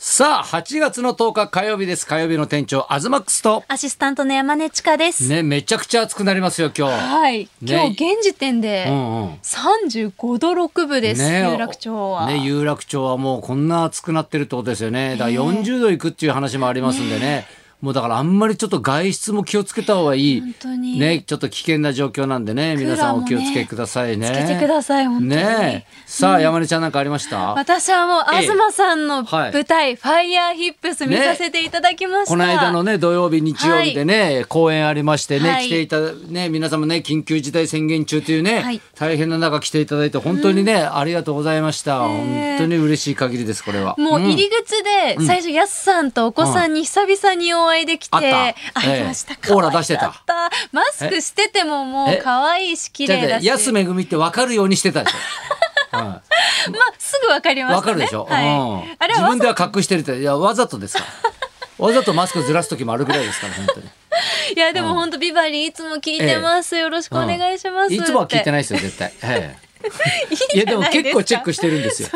さあ、8月の10日火曜日です。火曜日の店長、アズマックスと。アシスタントの山根千佳です。ね、めちゃくちゃ暑くなりますよ、今日。はい。今ね日現時点でうんうん35度6分です。有楽町は。ね、有楽町はもうこんな暑くなってるってことですよね。だから40度いくっていう話もありますんでね。もうだからあんまりちょっと外出も気をつけた方がいい。本当にね、ちょっと危険な状況なんでね、クー皆ラーもさんおね気をつけくださいね。つけてください本当にねさあ、山根ちゃんなんかありました、私はもうええ東さんのはい舞台、ファイヤーヒップス見ねさせていただきました。この間のね土曜日日曜日でね、公演ありましてね、は来いていたね皆様ね緊急事態宣言中というね、はい大変な中来ていただいて本当にね、ありがとうございました、ね本当に嬉しい限りですこれはもう入んり口で最初、やすさんとお子さんに久々にお会いできあて、った会いましたええか、オーラ出してたマスクしててももえう可愛いし綺じゃあ麗だねし安めぐみって分かるようにしてたでし ょ、うんまあすぐわかりましわたねかるでしょ、はい、うん、あれ自はわ分ざでは隠してるっていやわざとですから わざとマスクずらす時もあるぐらいですから本当にいやでも本当ビバリーいつも聞いてます、よろしく お願いしますって、いつもは聞いてないですよ絶対、え え、いやでも結構チェックしてるんですよ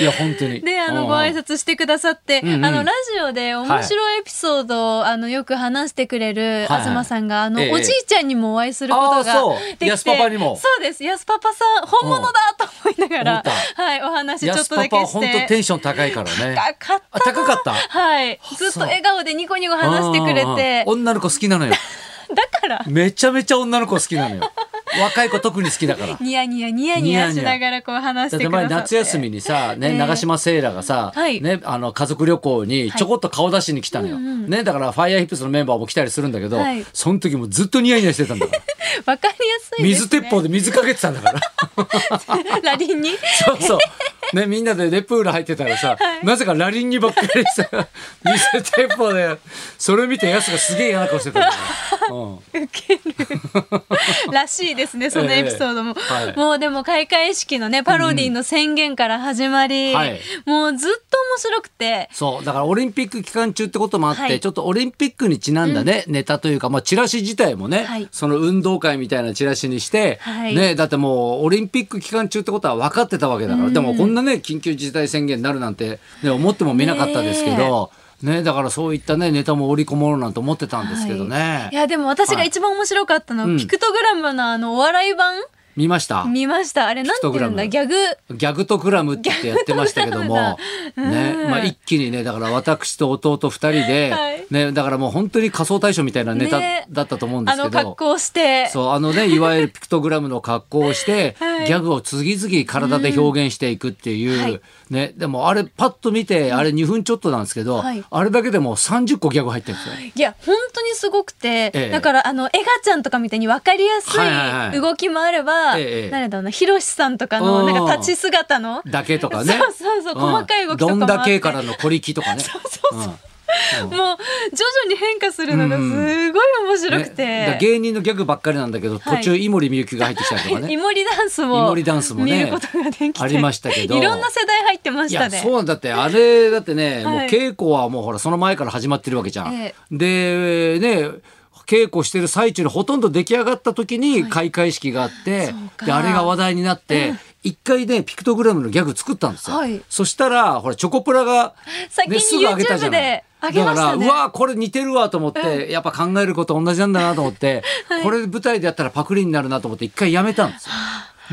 いや本当にであうのんご挨拶してくださって、んうんあのラジオで面白いエピソードを、あのよく話してくれる、はいはい東さんがあの、ええおじいちゃんにもお会いすることがあーそうできて安パパにもそうです安パパさん本物だと思いながうんら、本はいお話ちょっ安とパだパけはし本当テてンション高いからね高かっあ高かったたはいずっと笑顔でニコニコ話してくれてうんうんうん女の子好きなのよだからめちゃめちゃ女の子好きなのよ 若い子特に好きだからニヤニヤニヤニヤしながらこう話しだっててくださ前って夏休みにさ、ねええ長島セイラがさ、はいね、あの家族旅行にちょこっと顔出しに来たのよ、はいうんうんね、だからファイヤーヒップスのメンバーも来たりするんだけど、はいその時もずっとニヤニヤしてたんだ からわかりやすいです、ね、水鉄砲で水かけてたんだからラリンに。そうそう、ね、みんなでねプール入ってたらさ、なぜかラリンにばっかり さ水鉄砲でそれ見てやすがすげえ嫌な顔してたんだから、 うん受けるらしいですねそのエピソードも、ええはいもうでも開会式のねパロディの宣言から始まり、うんはいもうずっと面白くてそうだからオリンピック期間中ってこともあって、はいちょっとオリンピックにちなんだね、ネタというか、まあ、チラシ自体もね、はいその運動会みたいなチラシにして、はいね、だってもうオリンピック期間中ってことは分かってたわけだから、でもこんなね緊急事態宣言になるなんて、ね、思っても見なかったですけど、ねだからそういった、ね、ネタも織り込もうなんて思ってたんですけどね、いやでも私が一番面白かったのは、うんピクトグラムのあのお笑い版見ました見ましたあれなんて言うんだピクギャグギャグとグラムって言ってやってましたけども、ね、まあ一気にね、だから私と弟二人ではい、ね、だからもう本当に仮想大賞みたいなネタねだったと思うんであすけの格ど、好をしてそう、あのね、いわゆるピクトグラムの格好をして、 はいギャグを次々体で表現していくっていう、はいね、でもあれパッと見て、あれ2分ちょっとなんですけど、はいあれだけでもう30個ギャグ入ってるんですよ。いや本当にすごくて、ええだからあのエガちゃんとかみたいに分かりやすはいはいはいい動きもあれば、ええ誰だろうなひろしさんとかうのんなんか立ち姿の だけとかね。そうそうそう細かい動きとかんもあどんってだけからの小力 とかね。うんもう徐々に変化するのがすごい面白くて、ねだから芸人のギャグばっかりなんだけど、はい途中井森美幸が入ってきたりとかイね。モリダンスイもモリダンスもね見ることができてありましたけどいろんな世代入ってまいしたやねそうなんだってあれだってね、もう はい稽古はもうほらその前から始まってるわけじゃん。えでね稽古してる最中にほとんど出来上がった時に開会式があって、そうかであれが話題になって一、回ねピクトグラムのギャグ作ったんですよ。はいそしたらほらチョコプラが、先にね、すぐ上げたじゃ YouTube ないで。上げだましからたうねわーこれ似てるわと思って、やっぱ考えること同じなんだなと思 って、これ舞台でやったらパクリになるなと思って一回やめたんですよ。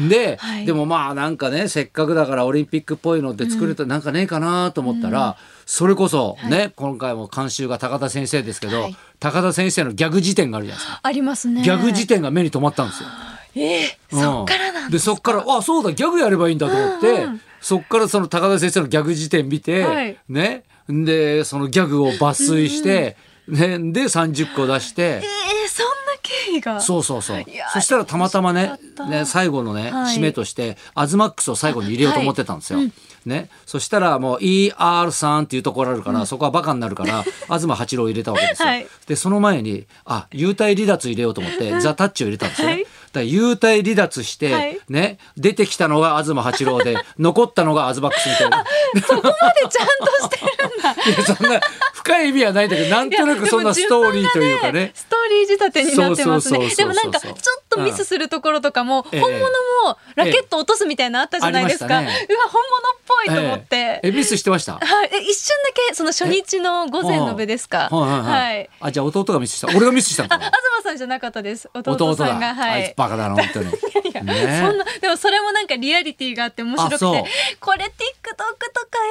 で、はいでもまあなんかねせっかくだからオリンピックっぽいので作るとなんかねえかなと思ったら、それこそね、今回も監修が高田先生ですけど、はい高田先生のギャグ辞典があるじゃないですか。ありますねギャグ辞典が目に留まったんですよ。ええうんそっからなんでですそっからあそうだギャグやればいいんだと思って、うんうんそっからその高田先生のギャグ辞典見て、はいねでそのギャグを抜粋して、ね、で30個出してえ。えそんな経緯がそうそうそういや。ーそしたらたまたまね楽しか、ったね最後のね、はい締めとして、アズマックスを最後に入れようと思ってたんですよ。ね、そしたらもう ER さんっていうところあるから、そこはバカになる から、東八郎を入れたわけですよはい。で、その前に、あ、幽体離脱入れようと思って、ザ・タッチを入れたんですよね。はいだから幽体離脱しはてい、ね、出てきたのが東八 郎で、残ったのがアズマックスみたいな。そこまでちゃんとしてる んだいやそんな深い意味はないんだけど、なんとなくそんなストーリーというか やでも順番がねね。ストーリー仕立てになってますそうそうそうそうねそうでもなんかちょっとミスするところとかも、ええ本物もラケット落とすみたいなのあったじゃないですか、ええありましたねうわ本物っぽいと思って、えええミスしてましたはい、え一瞬だけその初日の午前の部ですはか。いはいはいあじゃあ弟がミスした俺がミスしたのあ、かな東さんじゃなかったです。弟 弟ださんがはい。あいつバカだな本当に いやねそんなでもそれもなんかリアリティがあって面白くあそうてこれ TikTok とか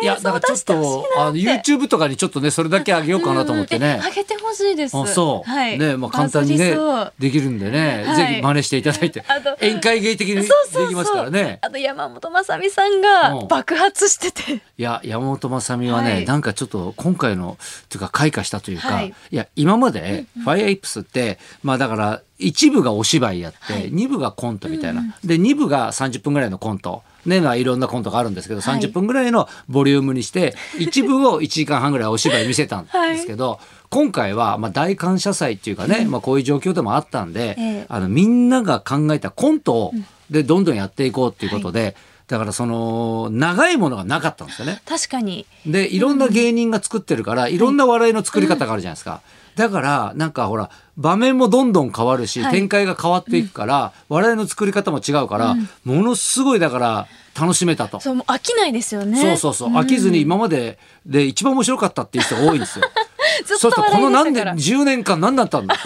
い映やだか像らちょ出っしてほしといなあのって YouTube とかにちょっとねそれだけあげようかなと思ってうんうねんえあげてほしいですあそう、はいねまあ簡単にねバできるんでね、はいぜひ真似していただいてあと宴会芸的にでズりそうそうそうきますからねあと山本まさみさんがうん爆発してていや山本まさみはね、はいなんかちょっと今回のというか開花したというか、はいい、や今までファイアイプスって、まあだから一部がお芝居やって、はい二部がコントみたいな、で二部が30分ぐらいのコントねまあいろんなコントがあるんですけど、はい30分ぐらいのボリュームにして一部を1時間半ぐらいお芝居見せたんですけど、今回はまあ大感謝祭っていうかね、まあ、こういう状況でもあったんで、ええあのみんなが考えたコントをでどんどんやっていこうっていうことで、だからその長いものがなかったんですよね。確かにでいろんな芸人が作ってるから、いろんな笑いの作り方があるじゃないですか。だからなんかほら場面もどんどん変わるし、はい展開が変わっていくから、笑いの作り方も違うから、ものすごいだから楽しめたと。そうもう飽きないですよねそうそうそう飽きずに今までで一番面白かったっていう人が多いんですよ。 ずっそとうするとこ笑のい何ましたか年ら10年間何だったん だと。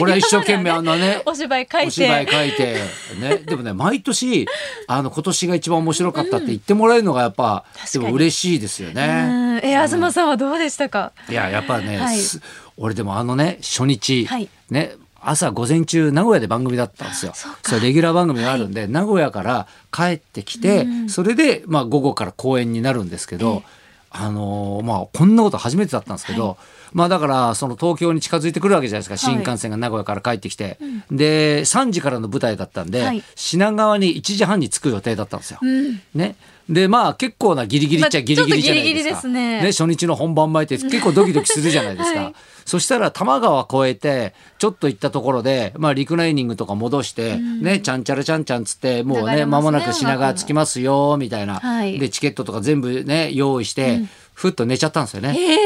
俺は一生懸命あんなねお芝居書いてお芝居書いて、ね、でもね毎年あの今年が一番面白かったって言ってもらえるのがやっぱ、確でかにも嬉しいですよね。うんえ東さんはどうでしたかいややっぱね、はいす俺でもあのね初日、はいね朝午前中名古屋で番組だったんですよ。そうかれレギュラー番組があるんで、名古屋から帰ってきて、それでまあ午後から公演になるんですけど、あのーまあこんなこと初めてだったんですけど、まあだからその東京に近づいてくるわけじゃないですか、新幹線が名古屋から帰ってきて、で3時からの舞台だったんで、はい品川に1時半に着く予定だったんですよ。うんね、でまあ結構なギリギリっちゃまあギリギリじゃないですか、ちょっとギリギリですね初日の本番前って結構ドキドキするじゃないですか、はいそしたら多摩川越えてちょっと行ったところで、まあ、リクライニングとか戻して、ねちゃんちゃらちゃんちゃんつってもう流れね間ますねもなく品川着きますよみたいな、はいでチケットとか全部ね用意して、ふっと寝ちゃったんですよね。ええ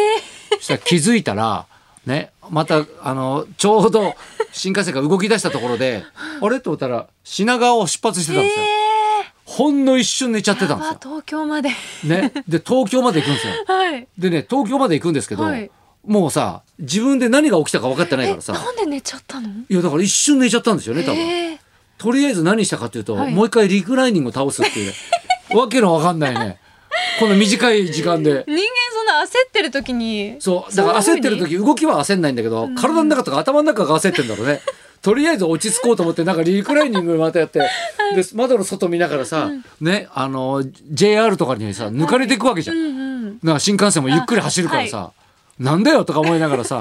そしたら気づいたら、ね、また、あの、ちょうど新幹線が動き出したところで、あれと思ったら、品川を出発してたんですよ。ほんの一瞬寝ちゃってたんあで東京まですよ。ね。で、東京まで行くんですよ。はいでね、東京まで行くんですけど、はいもうさ、自分で何が起きたか分かってないえからさ、なんで寝ちゃったのいや、だから一瞬寝ちゃったんですよね、多分。ええとりあえず何したかというと、はいもう一回リクライニングを倒す っていう、ね、わけの分かんないね。この短い時間で。人間そんな焦ってる時にそうだからそん焦っなて風るに時動きは焦んないんだけど、体の中とか頭の中が焦ってんだろう ねとりあえず落ち着こうと思ってなんかリクライニングまたやって、で窓の外見ながらさ、ねあの JR とかにさ抜かれていくわけじゃん、うんうんなんか新幹線もゆっくり走るからさ、なんだよとか思いながら さ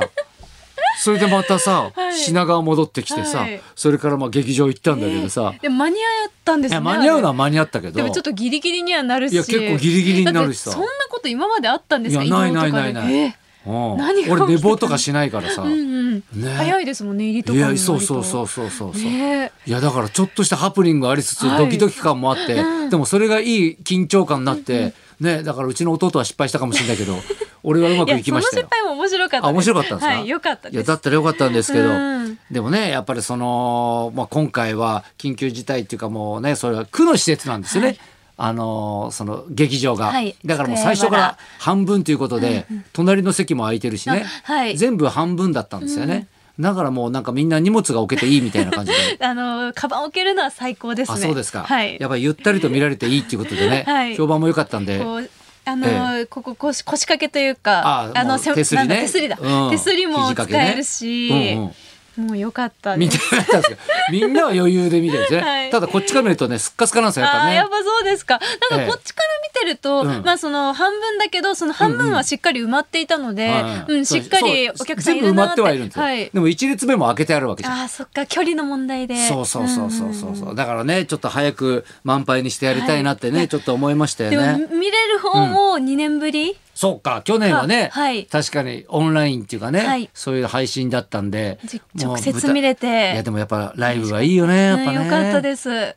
それでまたさ、はい品川戻ってきてさ、はいそれからまあ劇場行ったんだけどさ、でも間に合ったんでいすねや間に合うのあは間に合ったけれどでもちょっとギリギリにはなるしいや結構ギリギリになるしさだってそんなこと今まであったんですかいやない移動とかでないないないえうん何が起きてた俺寝坊とかしないからさ、うんうんね早いですもんね入りとかいも割やとそうそうそうそうそうそう、ねいやだからちょっとしたハプニングありつつはいドキドキ感もあって、でもそれがいい緊張感になって、ねだからうちの弟は失敗したかもしれないけど俺はうまいくやいきましたそのよ失。敗も面白かったですあ面白かったんですか、はい良かったですいやだったらよかったんですけど、うんでもねやっぱりその、まあ、今回は緊急事態っていうかもうねそれは区の施設なんですよね、あのその劇場が、はいだからもう最初から半分ということで、隣の席も空いてるしね、あはい全部半分だったんですよね、だからもうなんかみんな荷物が置けていいみたいな感じ であのカバン置けるのは最高ですねあそうですか、はいやっぱりゆったりと見られていいっていうことでね、はい評判も良かったんでこうあのーここ腰腰掛けというかあもうのせ手すりねなんだ手すりだ、うん手すりも肘使掛けねえるし、うんもう良かったみでんなす。やったんですけどみんなは余裕で見てるんですね、はいただこっちから見るとねすっかすかなんですよやっあぱあーねやっぱそうですか。なんええかこっちから見てると、うんまあその半分だけどその半分はしっかり埋まっていたので、はいうんしっかりそうお客さんい全部る埋まなっってて。はいるんですよ、はい。でも一列目も開けてあるわけじゃんああそっか距離の問題で。そうそうそうそんうんんそうそうだからねちょっと早く満杯にしてやりたいなってね、ちょっと思いましたよでもね見れる方も2年ぶりそうか去年はね、あはい確かにオンラインっていうかね、はいそういう配信だったんでじもう直舞接台見れいやてでもやっぱライブはいいよねやっぱうんねよかったですね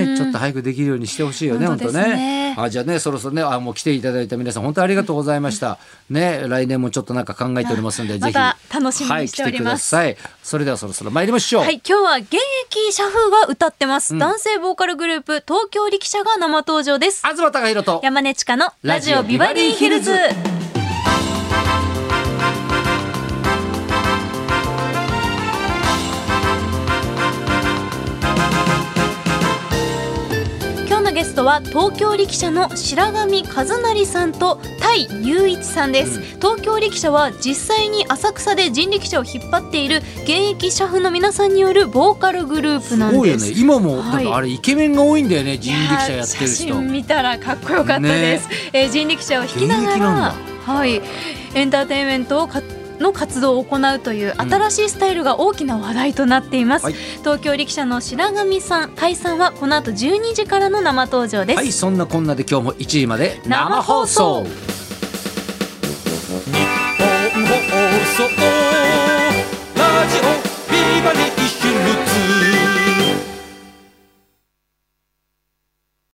え、うんちょっと早くできるようにしてほしいよね、本本当で当すねね。あ、じゃあね、そろそろね、あ、もう来ていただいた皆さん、本当にありがとうございま した。ね、来年もちょっとなんか考えておりますので、まぜひ。た楽しみにしておりますはい、来てください。それでは、そろそろ参りましょう。はい、今日は現役社風が歌ってます、男性ボーカルグループ東京力車が生登場です東貴博と。山根千佳のラジオビバリーヒルズ今日のゲストは東京力車の白神和成さんとタイ雄一さんです、うん東京力車は実際に浅草で人力車を引っ張っている現役車夫の皆さんによるボーカルグループすなんごいよでねす。今も、はいなんかあれイケメンが多いんだよね、人力車やってるいや人ー写。真見たらかっこよかったです、えー人力車を引きなが現役ならんはいエンターテインメントをかの活動を行うという新しいスタイルが大きな話題となっています、はい東京力車の白神さんタイさんはこの後12時からの生登場です、はい、そんなこんなで、今日も1時まで生放送生放送日本放送ラジオビバリーヒルズ」